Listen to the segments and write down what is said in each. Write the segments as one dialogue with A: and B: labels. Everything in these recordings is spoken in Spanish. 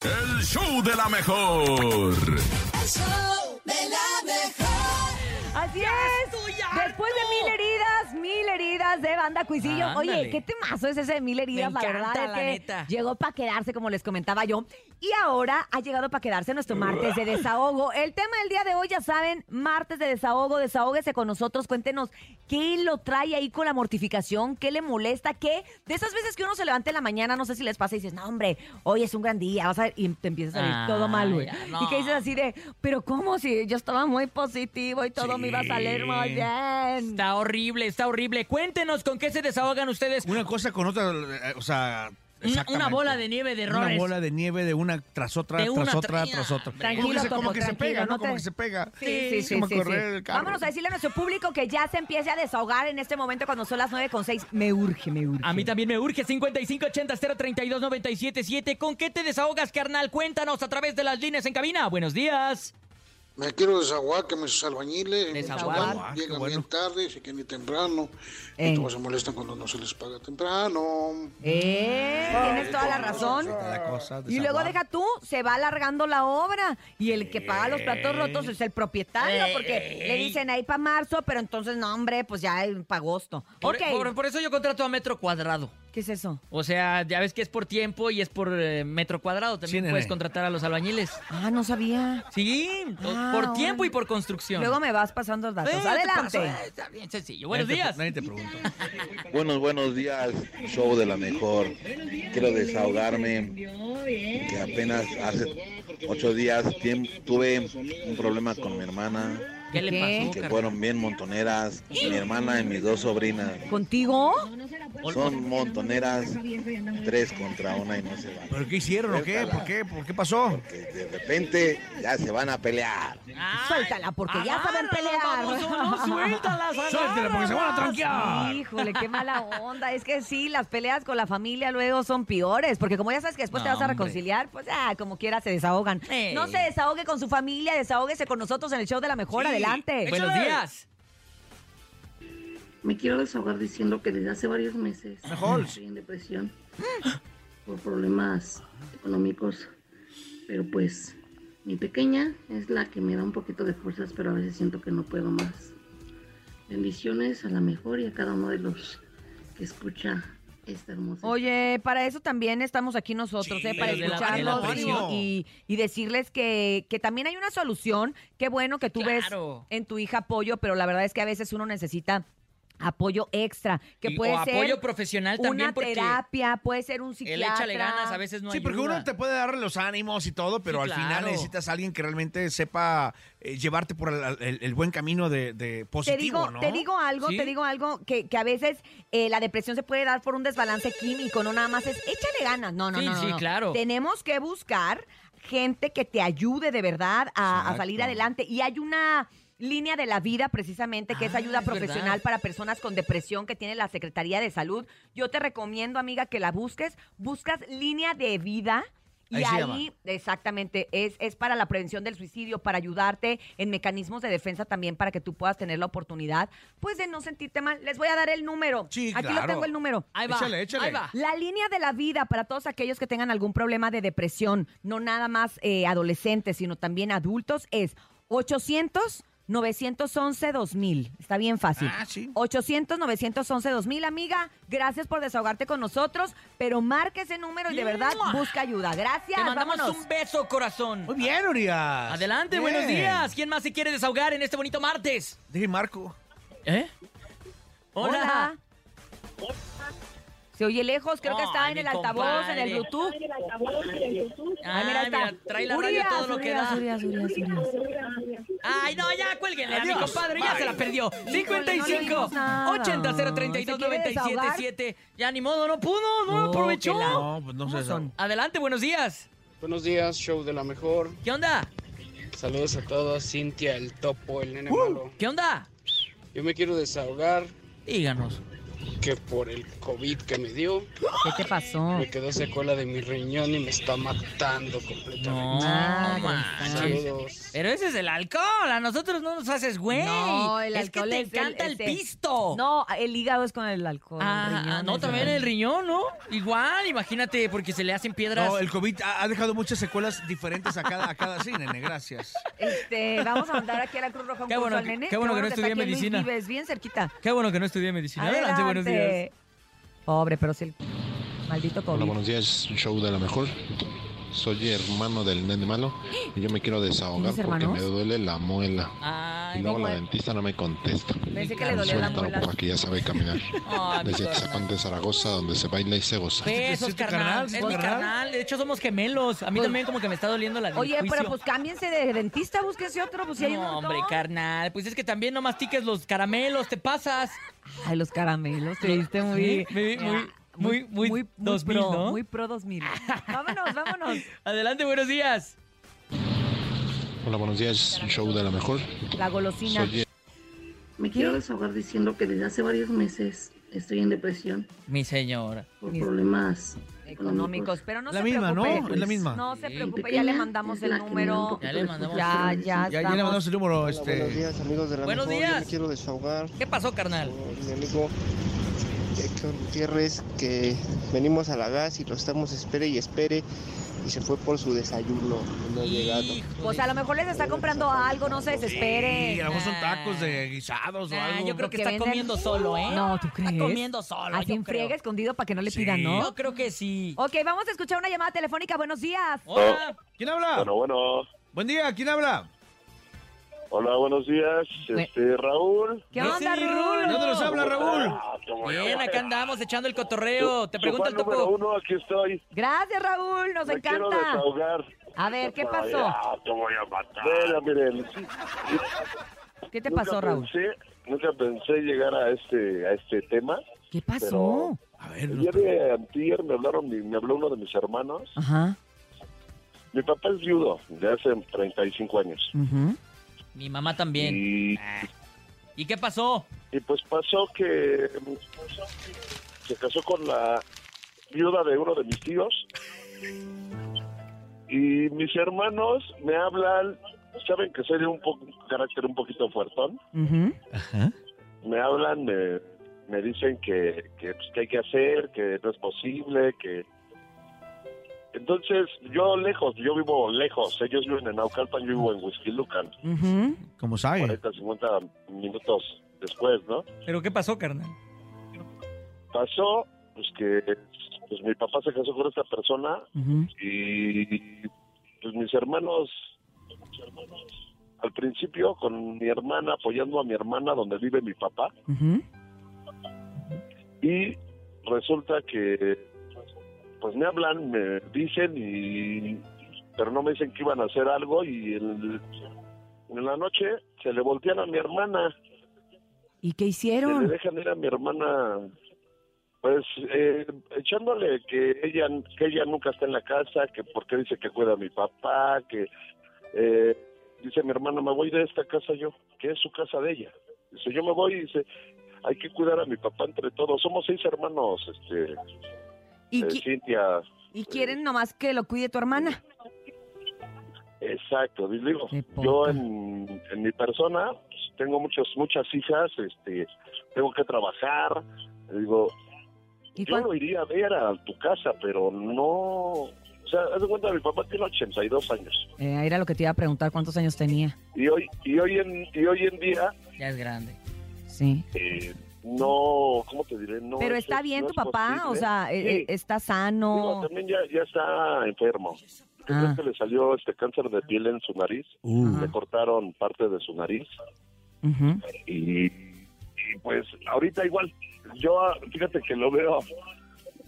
A: el show de la mejor.
B: El show de la mejor.
C: Así
D: Ya
C: es.
D: estoy
C: Después de mil heridas, mil heridas de banda Cuisillo.
D: Ándale.
C: Oye, ¿qué temazo es ese de mil heridas?
D: Me
C: la
D: encanta,
C: verdad es
D: la
C: que
D: neta.
C: llegó para quedarse, como les comentaba yo. Y ahora ha llegado para quedarse nuestro martes de desahogo. El tema del día de hoy, ya saben, martes de desahogo. Desahóguese con nosotros. Cuéntenos qué lo trae ahí con la mortificación, qué le molesta, qué. De esas veces que uno se levanta en la mañana, no sé si les pasa y dices, no, hombre, hoy es un gran día. Vas a ver", y te empieza a salir
D: Ah,
C: todo mal, güey.
D: ya,
C: Y que dices
D: no.
C: así de, pero ¿cómo si yo estaba muy positivo y todo me iba a salir muy
D: Sí.
C: bien?
D: Está horrible, está horrible. Cuéntenos con qué se desahogan ustedes.
E: Una cosa con otra, eh, o sea...
D: Una,
E: exactamente.
D: una bola de nieve de errores.
E: Una bola de nieve de una tras otra,
D: De una
E: tras otra,
D: tra-
E: tras otra.
D: Tranquilo,
E: como
C: Topo,
E: que se, como que se
C: tranquilo,
E: pega, ¿no?
C: no
E: Como
C: te-
E: que se pega.
C: Sí, sí, sí.
E: Como
C: sí,
E: correr
C: sí.
E: el carro.
C: Vámonos a decirle a nuestro público que ya se empiece a desahogar en este momento cuando son las 9 con 6. Me urge, me urge.
D: A mí también me urge 5580-032-977. ¿Con qué te desahogas, carnal? Cuéntanos a través de las líneas en cabina. Buenos días.
F: Me quiero desaguar que mis albañiles
D: Desaguar.
E: Ah, qué
F: llegan
E: bueno.
F: bien tarde, se quieren ir temprano.
C: Ey.
F: Y todos se molestan cuando no se les paga temprano.
C: Eh, tienes toda la razón.
E: La cosa,
C: Y luego
E: desaguar.
C: deja tú, se va alargando la obra. Y el que paga los platos rotos es el
D: Eh,
C: propietario, porque le dicen ahí para marzo, pero entonces no, hombre, pues ya para agosto.
D: Por, e-
C: Ok.
D: por- por eso yo contrato a metro cuadrado.
C: ¿Qué es eso?
D: O sea, ya ves que es por tiempo y es por eh, metro cuadrado. También
E: Sí,
D: puedes
E: nene.
D: contratar a los albañiles.
C: Ah, no sabía.
D: Sí, o-
C: Ah,
D: por tiempo
C: órale.
D: y por construcción.
C: Luego me vas pasando los datos.
D: Eh,
C: Adelante.
D: te paso, eh, Está bien sencillo. Buenos
E: Nadie te-
D: días.
E: Nadie te pregunta.
G: Buenos, buenos días, show de la mejor. Quiero desahogarme, que apenas hace ocho días tiem- tuve un problema con mi hermana,
D: ¿Qué le
C: ¿Qué?
D: pasó,
G: que
D: carnal?
G: fueron bien montoneras, mi hermana y mis dos sobrinas.
C: ¿Contigo?
G: Son montoneras, tres contra una y no se van.
E: ¿Pero qué hicieron o qué? ¿Por qué? ¿Por qué pasó?
G: Que de repente ya se van a pelear.
D: Ay,
C: Suéltala, porque ya saben
D: agárralas,
C: pelear.
D: baboso, no, suéltalas,
E: Suéltela, porque se van a tranquear.
C: Híjole, qué mala onda. Es que sí, las peleas con la familia luego son peores, porque como ya sabes que después te
D: No,
C: vas a
D: hombre.
C: reconciliar, pues ah, como quiera se desahogan.
D: Ey.
C: No se desahogue con su familia, desahóguese con nosotros en el show de la mejor. Adelante.
D: Buenos días.
H: Me quiero desahogar diciendo que desde hace varios meses
E: Mejor.
H: estoy en depresión por problemas económicos, pero pues mi pequeña es la que me da un poquito de fuerzas, pero a veces siento que no puedo más. Bendiciones a la mejor y a cada uno de los que escucha esta hermosa.
C: Oye, para eso también estamos aquí nosotros,
D: Sí,
C: ¿eh? para
D: pero de la- de la
C: escucharlos
D: presión.
C: y, y- y decirles que, que también hay una solución. Qué bueno que tú
D: Claro.
C: ves en tu hija apoyo, pero la verdad es que a veces uno necesita apoyo extra, que
D: Y-
C: puede
D: o
C: ser
D: apoyo profesional también
C: una
D: porque
C: terapia, puede ser un
D: el
C: psiquiatra.
D: échale ganas a veces no
E: sí, porque
D: ayuda.
E: uno te puede dar los ánimos y todo, pero
D: Sí,
E: al final
D: claro.
E: necesitas a alguien que realmente sepa eh, llevarte por el, el- el buen camino de, de
C: Te
E: positivo,
C: digo,
E: ¿no?
C: te digo algo,
D: Sí.
C: te digo algo que, que a veces eh, la depresión se puede dar por un desbalance químico, no nada más es échale ganas, no, no,
D: Sí,
C: no, no,
D: sí,
C: no.
D: claro.
C: Tenemos que buscar gente que te ayude de verdad a, a salir
E: Exacto.
C: adelante y hay una línea de la vida precisamente que es
D: Ah,
C: ayuda
D: es
C: profesional
D: verdad.
C: para personas con depresión que tiene la Secretaría de Salud. Yo te recomiendo, amiga, que la busques, buscas línea de vida. Y
E: Ahí se llama.
C: ahí Exactamente, es, es para la prevención del suicidio, para ayudarte en mecanismos de defensa también, para que tú puedas tener la oportunidad, pues de no sentirte mal. Les voy a dar el número.
E: Sí,
C: Aquí lo
E: claro.
C: tengo el número.
D: Ahí va.
E: Échale, échale.
D: Ahí va.
C: La línea de la vida para todos aquellos que tengan algún problema de depresión, no nada más eh, adolescentes, sino también adultos, es 800 911 2000. Está bien fácil.
E: Ah, sí.
C: 800 911 2000, amiga. Gracias por desahogarte con nosotros, pero marque ese número y de verdad
D: ¡Mua!
C: busca ayuda. Gracias.
D: Te mandamos
C: vámonos.
D: un beso, corazón.
E: Muy bien, Urias.
D: Adelante,
E: Bien.
D: buenos días. ¿Quién más se quiere desahogar en este bonito martes?
E: Dije Marco.
D: ¿Eh?
C: Hola.
D: Hola.
C: Se oye lejos, creo que está
D: Ay,
C: en
D: mi
C: el altavoz, en el
D: compadre.
C: Bluetooth.
D: Ay, mira, trae la radio
C: Urias,
D: todo lo que
C: Urias,
D: da.
C: Urias, Urias, Urias.
D: Ay, no, ya cuélguenle a mi
E: Adiós.
D: compadre, ya
E: Bye.
D: se la perdió.
C: no
D: 55
C: le dimos nada.
D: 80 032 97 7. Ya ni modo, no pudo, no
C: No,
D: aprovechó.
C: que la-
E: No, pues no sé.
C: son?
D: Adelante, buenos días.
I: Buenos días, show de la mejor.
D: ¿Qué onda?
I: Saludos a todos, Cintia, el topo, el nene malo.
D: ¿Qué onda?
I: Yo me quiero desahogar
D: Díganos.
I: que por el COVID que me dio,
C: ¿Qué te pasó?
I: me quedó secuela de mi riñón y me está matando
D: No,
I: completamente.
C: Ah,
D: manches.
I: Saludos.
D: Pero ese es el alcohol, a nosotros no nos haces güey.
C: No, el
D: es que
C: alcohol
D: te
C: es el-
D: encanta el,
C: ese.
D: pisto.
C: No, el hígado es con el alcohol.
D: Oh. Ah,
C: riñones,
D: no, también
C: ¿no?
D: el riñón, ¿no? Igual, imagínate, porque se le hacen piedras.
E: No, el COVID ha, ha dejado muchas secuelas diferentes a cada, a cada sí, nene, gracias.
C: Este, vamos a mandar aquí a la Cruz Roja un
D: Qué
C: curso
D: bueno
C: al
D: que-
C: nene.
D: qué bueno que no
C: está
D: estudié
C: aquí en Luis
D: medicina.
C: Vives, bien cerquita.
D: Qué bueno que no estudié medicina. Adelante, buenos días.
C: Adelante. Pobre, pero si el maldito COVID.
J: Hola, buenos días, show de la mejor. Soy hermano del nene malo y yo me quiero desahogar
C: ¿Tienes
J: porque
C: hermanos?
J: me duele la muela.
D: Ay,
J: Y luego la dentista no me contesta.
C: Pensé que le
J: Me
C: dolía la
J: suelta
C: muela.
J: la porra que ya sabe caminar.
D: Ay, mi
J: Desde Zapan
D: carnal.
J: de Zaragoza, donde se baila y se goza.
D: Besos,
E: ¿Es tu
D: carnal.
E: carnal?
D: Es
E: ¿Es
D: mi
E: tu
D: carnal.
E: carnal?
D: De hecho, somos gemelos. A mí también como que me está doliendo la del
C: Pues, Oye,
D: juicio.
C: pero pues cámbiense de dentista, búsquense otro, pues si hay un
D: No,
C: montón.
D: hombre, carnal. Pues es que también no mastiques los caramelos, te pasas.
C: Ay, los caramelos, te viste muy...
D: Sí, muy- muy-
C: Ah,
D: muy- muy 2000,
C: pro,
D: ¿no?
C: Muy pro 2000. vámonos, vámonos.
D: Adelante, buenos días.
J: Hola, buenos días, show de la mejor.
C: La golosina.
J: Soy
H: Me quiero desahogar diciendo que desde hace varios meses estoy en depresión
D: Mi señora.
H: por
C: Mis-
H: problemas
C: Económicos, pero no
E: la
C: se
E: misma, ¿no?
C: preocupe.
E: Es la misma.
C: No se
D: Sí.
C: preocupe, ya le mandamos el número.
D: Ya le mandamos.
C: Ya, ya,
E: Ya, ya le
C: estamos.
E: mandamos el número, este.
I: amigos de la
D: Buenos Mejor. Yo días. me
I: quiero desahogar
D: ¿Qué pasó, carnal?
I: mi amigo Héctor Gutiérrez que venimos a la gas y lo estamos espere y espere y se fue por su desayuno. No ha llegado.
D: Hijo
C: Pues
D: de-
C: a lo mejor les está comprando algo, no se desespere.
E: Sí, a lo mejor son tacos de guisados o
D: Nah,
E: algo.
D: yo creo
C: Lo
D: que,
C: que
D: está
C: venden-
D: comiendo solo, ¿eh?
C: No, ¿tú crees?
D: Está comiendo solo.
C: Así
D: yo
C: en friega,
D: creo.
C: escondido para que no le
E: Sí.
C: pidan, ¿no? Oh.
D: Yo creo que sí.
C: Ok, vamos a escuchar una llamada telefónica. Buenos días.
D: Hola.
E: ¿Quién habla?
J: bueno.
E: Buen día, ¿quién habla?
J: Hola, buenos días.
C: Bue-
J: Raúl. Ah,
C: ¿Qué
D: Ese
C: onda,
D: mi
C: Rulo?
E: ¿De dónde nos habla Raúl?
D: Bien, acá andamos echando el cotorreo. Te pregunta el topo.
J: uno, aquí estoy.
C: Gracias, Raúl. Nos encanta.
J: desahogar. ah,
C: A ver, ¿qué pasó?
J: te voy a
D: Ah.
J: matar. Mira, miren,
C: ¿Qué te pasó, Raúl?
J: Pensé, nunca pensé llegar a este a este tema.
C: ¿Qué pasó?
E: A ver,
J: El día de antier me hablaron, mi- me habló uno de mis hermanos.
C: Ajá.
J: Mi papá es viudo de hace 35 años.
C: ujú.
D: Mi mamá también.
J: Y,
D: ¿Y qué pasó?
J: y pues pasó que mm, se casó con la viuda de uno de mis tíos. Y mis hermanos me hablan, saben que soy de un, po- un carácter un poquito fuertón.
C: ujú.
J: me hablan, me, me dicen que, que, pues, que hay que hacer, que no es posible, que... Entonces, yo lejos, yo vivo lejos, ellos viven en Naucalpan, yo vivo en Huizquilucan,
C: Ujú.
E: Como sabe.
J: 40, 50 minutos después, ¿no?
D: ¿Pero qué pasó, carnal?
J: Pasó, pues que pues, mi papá se casó con esta persona
C: ujú.
J: y pues mis hermanos, al principio con mi hermana, apoyando a mi hermana donde vive mi papá,
C: Ujú.
J: y resulta que pues me hablan, me dicen y pero no me dicen que iban a hacer algo y el- en la noche se le voltean a mi hermana,
C: ¿Y qué
J: se le
C: hicieron?
J: dejan ir a mi hermana pues eh, echándole que ella que ella nunca está en la casa, que porque dice que cuida a mi papá, que eh, dice mi hermana me voy de esta casa yo, que es su casa de ella. Dice yo me voy y dice hay que cuidar a mi papá entre todos, somos seis hermanos, este
C: ¿Y,
J: eh,
C: qui-
J: Cintia,
C: y quieren nomás que lo cuide tu hermana?
J: exacto. y Digo,
C: Qué poca.
J: yo en, en mi persona pues, tengo muchos, muchas hijas, este, tengo que trabajar. Digo,
C: ¿Y
J: yo
C: cuán-
J: lo iría a ver a tu casa, pero no... O sea, haz de cuenta, mi papá tiene 82 años.
C: Eh, era lo que te iba a preguntar, ¿cuántos años tenía?
J: Y hoy, y hoy, en, y hoy en día,
D: Ya es grande.
C: Sí.
J: eh, no... ¿Cómo te diré? No
C: Pero
J: es-
C: está bien
J: no
C: tu
J: es
C: papá, o
J: posible.
C: sea, eh,
J: Sí.
C: eh, está
J: Digo,
C: sano.
J: también ya, ya está enfermo.
C: Ah.
J: Creo que le salió este cáncer de piel en su nariz.
E: Uh.
J: Le cortaron parte de su nariz.
C: Ujú.
J: y, y, pues ahorita igual yo ah, fíjate que lo veo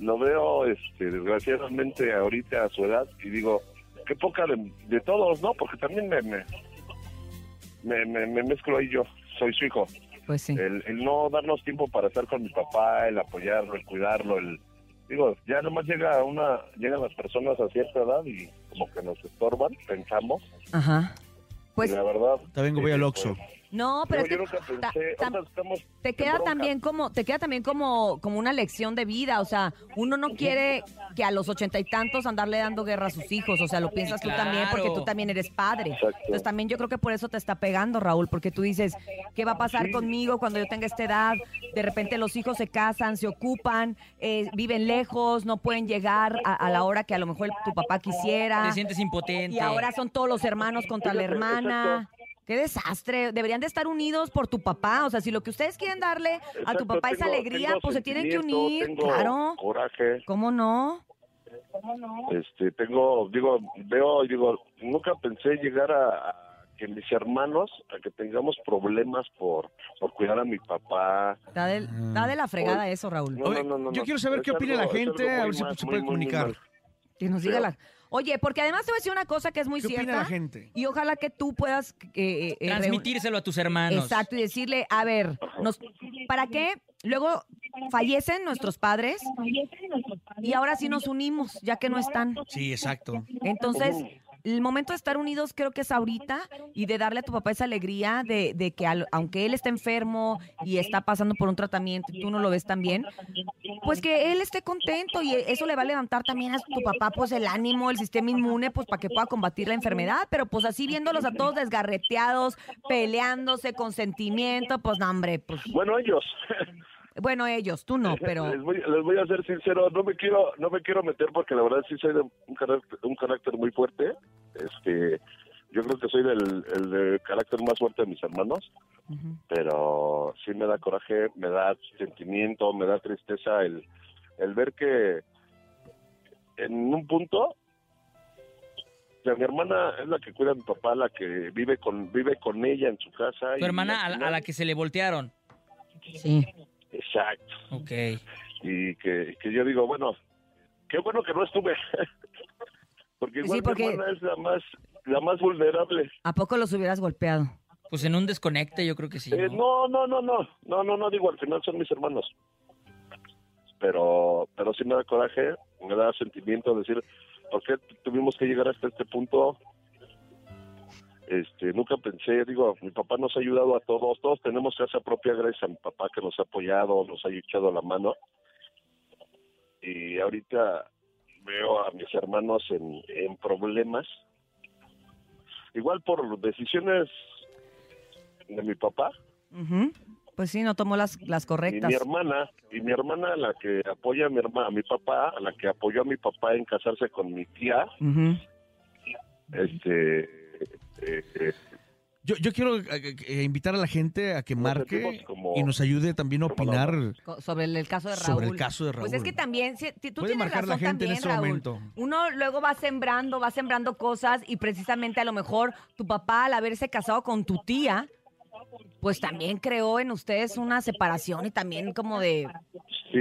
J: lo veo este desgraciadamente ahorita a su edad y digo qué poca de, de todos no porque también me me, me, me- me mezclo ahí yo soy su hijo
C: Pues sí.
J: el, el no darnos tiempo para estar con mi papá el apoyarlo el cuidarlo el digo ya nomás llega una llegan las personas a cierta edad y como que nos estorban pensamos
C: Ajá.
J: y
C: Pues
J: la verdad pues,
E: También voy al Oxxo.
C: No, pero
J: No,
C: es que
J: yo nunca
C: ta-
J: pensé,
C: ta-
J: o sea, estamos
C: te
J: en
C: queda
J: bronca.
C: también como te queda también como como una lección de vida, o sea, uno no quiere que a los ochenta y tantos andarle dando guerra a sus hijos, o sea, lo piensas tú también porque tú
D: Claro.
C: también eres padre.
J: Exacto.
C: Entonces también yo creo que por eso te está pegando, Raúl, porque tú dices, ¿qué va a pasar conmigo cuando yo tenga esta edad? De repente los hijos se casan, se ocupan, eh, viven lejos, no pueden llegar a, a la hora que a lo mejor tu papá quisiera.
D: Te sientes impotente.
C: Ah, Y ahora son todos los hermanos contra la
J: Fíjate,
C: hermana. Qué desastre. Deberían de estar unidos por tu papá. O sea, si lo que ustedes quieren darle a tu
J: Exacto,
C: papá es
J: tengo-
C: alegría,
J: tengo
C: pues se tienen que
J: sentimiento,
C: unir.
J: tengo
C: Claro.
J: Coraje,
C: ¿Cómo no?
J: este, tengo, digo, veo y digo, nunca pensé llegar a, a que mis hermanos, a que tengamos problemas por, por cuidar a mi papá.
C: Está de, está de la fregada eso, Raúl.
J: No,
E: Oye,
J: no, no, no,
E: yo
J: no.
E: quiero saber
J: Es
E: qué opina
J: algo-
E: la
J: es algo
E: gente, a
J: muy
E: ver si
J: mal,
E: se
J: muy,
E: puede
J: muy, muy
E: comunicar.
J: mal.
C: Que nos diga
J: Pero-
C: la... Oye, porque además te voy a decir una cosa que es muy
E: ¿Qué opina
C: cierta.
E: la gente?
C: Y ojalá que tú puedas... eh, eh, eh, reun-
D: Transmitírselo a tus hermanos.
C: Exacto, y decirle, a ver, nos, ¿para qué? Luego fallecen nuestros padres y ahora sí nos unimos, ya que no están.
E: Sí, exacto.
C: Entonces, el momento de estar unidos creo que es ahorita y de darle a tu papá esa alegría de, de que al- aunque él está enfermo y está pasando por un tratamiento y tú no lo ves tan bien, pues que él esté contento y eso le va a levantar también a tu papá pues el ánimo, el sistema inmune, pues para que pueda combatir la enfermedad, pero pues así viéndolos a todos desgarreteados, peleándose con sentimiento, pues no, hombre, pues
J: Bueno, ellos.
C: bueno, ellos, tú no, pero
J: Eh, Les voy, les voy a ser sincero, no me quiero, no me quiero meter porque la verdad sí soy de un carácter, un carácter muy fuerte. Este, yo creo que soy del el de carácter más fuerte de mis hermanos,
C: Ujú.
J: pero sí me da coraje, me da sentimiento, me da tristeza el, el ver que en un punto o sea, mi hermana es la que cuida a mi papá, la que vive con vive con ella en su casa.
D: Tu hermana a, la- a la que se le voltearon.
C: sí.
J: Exacto.
D: Ok.
J: y que, que yo digo, bueno, qué bueno que no estuve. porque igual
C: Sí, porque-
J: mi hermana es la más, la más vulnerable.
C: ¿A poco los hubieras golpeado?
D: Pues en un desconecte yo creo que sí.
J: Eh,
D: ¿no?
J: no, no, no, no, no, no, no, digo, al final son mis hermanos. Pero, pero sí me da coraje, me da sentimiento decir, ¿por qué tuvimos que llegar hasta este punto? Este, nunca pensé, digo, mi papá nos ha ayudado a todos, todos tenemos casa propia gracias a mi papá que nos ha apoyado, nos ha echado la mano. Y ahorita veo a mis hermanos en, en problemas, igual por decisiones de mi papá,
C: Ujú. Pues sí, no tomó las, las
J: Y
C: correctas.
J: mi hermana, y mi hermana, la que apoya a mi hermana, a mi papá, la que apoyó a mi papá en casarse con mi tía,
C: Ujú.
J: este, eh, eh,
E: Yo, yo quiero eh, eh, invitar a la gente a que
J: Nos
E: marque
J: sentimos como-
E: y nos ayude también a
J: como
E: opinar
C: Co- Sobre el, el caso de Raúl.
E: sobre el caso de Raúl.
C: Pues es que también, si, si tú
E: Puede
C: tienes
E: marcar
C: razón
E: la gente en
C: también,
E: este
C: Raúl.
E: momento.
C: Uno luego va sembrando, va sembrando cosas y precisamente a lo mejor tu papá al haberse casado con tu tía, pues también creó en ustedes una separación y también como de...
J: sí,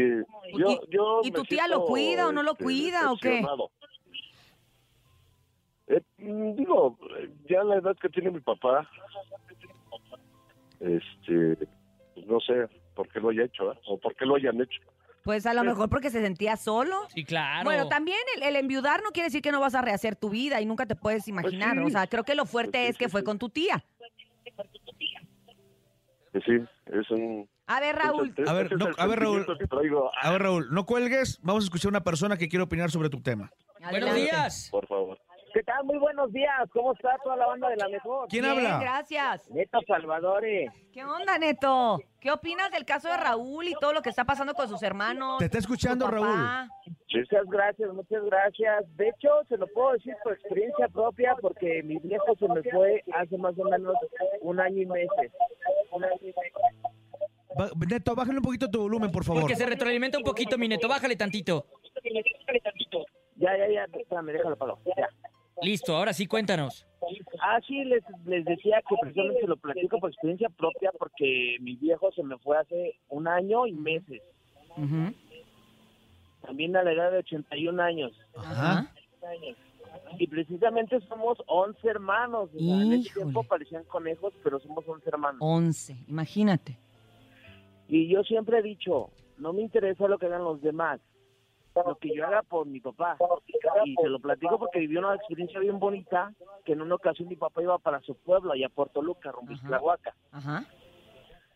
J: yo,
C: ¿Y-
J: yo
C: y
J: me
C: tu tía lo
J: siento,
C: cuida o no lo
J: este,
C: cuida, o qué?
J: decepcionado. Eh, mm, digo, eh, ya la edad que tiene mi papá, este, pues no sé por qué lo haya hecho, ¿eh? o por qué lo hayan hecho.
C: Pues a lo mejor porque se sentía solo.
D: Sí, claro.
C: Bueno, también el, el enviudar no quiere decir que no vas a rehacer tu vida y nunca te puedes imaginar.
J: sí.
C: O sea, creo que lo fuerte
J: Pues sí,
C: es que
J: sí,
C: fue
J: sí.
C: con tu tía.
J: Que sí, es un...
C: A ver, Raúl,
J: ese-
E: A ver,
J: ese Pues
E: no,
J: es el
E: a ver, Raúl.
J: sentimiento que traigo.
E: A ver, Raúl, no cuelgues. Vamos a escuchar a una persona que quiere opinar sobre tu tema.
D: Buenos
C: adelante.
D: días.
J: Por favor.
K: ¿Qué tal? Muy buenos días. ¿Cómo está toda la banda de la mejor?
E: ¿Quién
C: Bien,
E: habla?
C: gracias.
K: Neto Salvadores.
C: ¿Qué onda, Neto? ¿Qué opinas del caso de Raúl y todo lo que está pasando con sus hermanos?
E: Te está escuchando,
C: su papá?
J: Sí,
K: Muchas gracias, muchas gracias. De hecho, se lo puedo decir por experiencia propia porque mi viejo se me fue hace más o menos un año y meses. Un año y meses.
E: Ba- Neto, bájale un poquito tu volumen, por favor.
D: Porque se retroalimenta un poquito, mi neto. Bájale tantito.
K: Ya, ya, ya. Espérame, déjalo pago. Ya.
D: Listo, ahora sí, cuéntanos.
K: Ah, sí, les, les decía que
J: pues,
K: precisamente lo platico por experiencia propia porque mi viejo se me fue hace un año y meses.
C: Ujú.
K: También a la edad de 81 años.
E: Ajá.
K: Y precisamente somos 11 hermanos. o sea, en ese
C: Híjole.
K: tiempo parecían conejos, pero somos 11 hermanos.
C: Once, imagínate.
K: Y yo siempre he dicho, no me interesa lo que hagan los demás.
J: lo que yo haga por mi papá. Y se lo platico porque vivió una experiencia bien bonita, que en una ocasión mi papá iba para su pueblo, allá a Puerto Luca, rumbo a Iztlahuaca.
C: Ajá.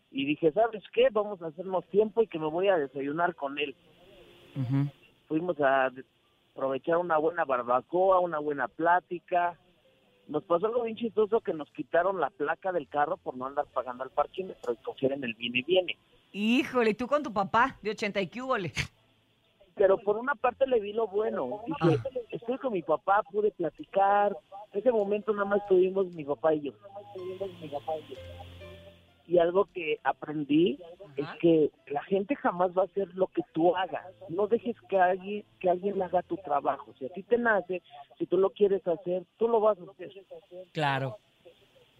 J: Y dije, ¿sabes qué? Vamos a hacernos tiempo y que me voy a desayunar con él. Fuimos a de- aprovechar una buena barbacoa, una buena plática. Nos pasó algo bien chistoso que nos quitaron la placa del carro por no andar pagando al parquímetro y confiar en el viene y viene.
C: Híjole, ¿y tú con tu papá de 80 y cúbole?
J: Pero por una parte le vi lo bueno.
C: Ah.
J: Dije, estoy con mi papá, pude platicar. En ese momento nada más estuvimos mi papá y yo. Y algo que aprendí es que la gente jamás va a hacer lo que tú hagas. No dejes que alguien, que alguien haga tu trabajo. Si a ti te nace, si tú lo quieres hacer, tú lo vas a hacer.
D: Claro.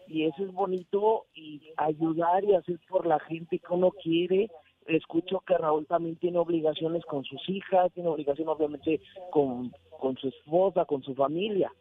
J: Y eso es bonito y ayudar y hacer por la gente que uno quiere. Escucho que Raúl también tiene obligaciones con sus hijas, tiene obligación obviamente con, con su esposa, con su familia.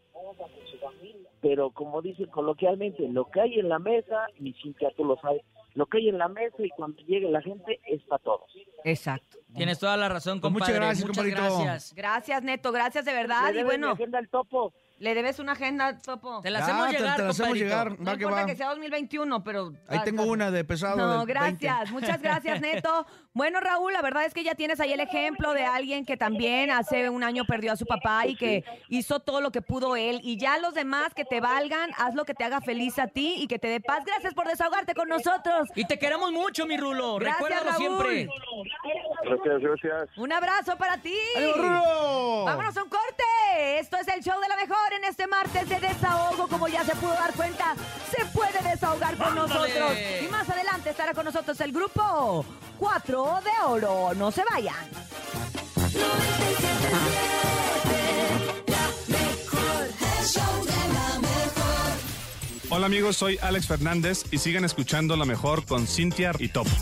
J: Pero como dicen coloquialmente, lo que hay en la mesa, y Cintia tú lo sabes, lo que hay en la mesa y cuando llegue la gente es para todos.
C: Exacto.
D: Tienes toda la razón,
E: Pues muchas
D: compadre.
E: gracias, compadrito.
D: gracias.
C: Gracias, Neto, gracias de verdad.
J: Le
C: Ah, y
J: debes
C: bueno,
J: mi agenda al topo.
C: le debes una agenda al topo.
D: Te la hacemos
E: Ya, te-
D: llegar,
E: te la hacemos
D: compadrito.
E: llegar.
C: No
E: Va que
C: importa
E: va.
C: que sea 2021, pero...
E: Ahí tengo una de pesado.
C: No,
E: del 20.
C: gracias, muchas gracias, Neto. Bueno, Raúl, la verdad es que ya tienes ahí el ejemplo de alguien que también hace un año perdió a su papá y que hizo todo lo que pudo él. Y ya los demás que te valgan, haz lo que te haga feliz a ti y que te dé paz. Gracias por desahogarte con nosotros.
D: Y te queremos mucho, mi Rulo.
C: Gracias,
D: Recuérdalo
C: Raúl.
D: siempre.
L: Gracias, gracias.
C: Un abrazo para ti.
E: ¡Adiós, Rulo!
C: Vámonos a un corte. Esto es el show de la mejor en este martes de desahogo. Como ya se pudo dar cuenta, se puede desahogar con
D: ¡Ándale!
C: nosotros. Y más adelante estará con nosotros el grupo 4 de Oro. No se vayan.
B: 97.7, la mejor, el show de la mejor.
M: Hola amigos, soy Alex Fernández y sigan escuchando la mejor con Cintia y Topo.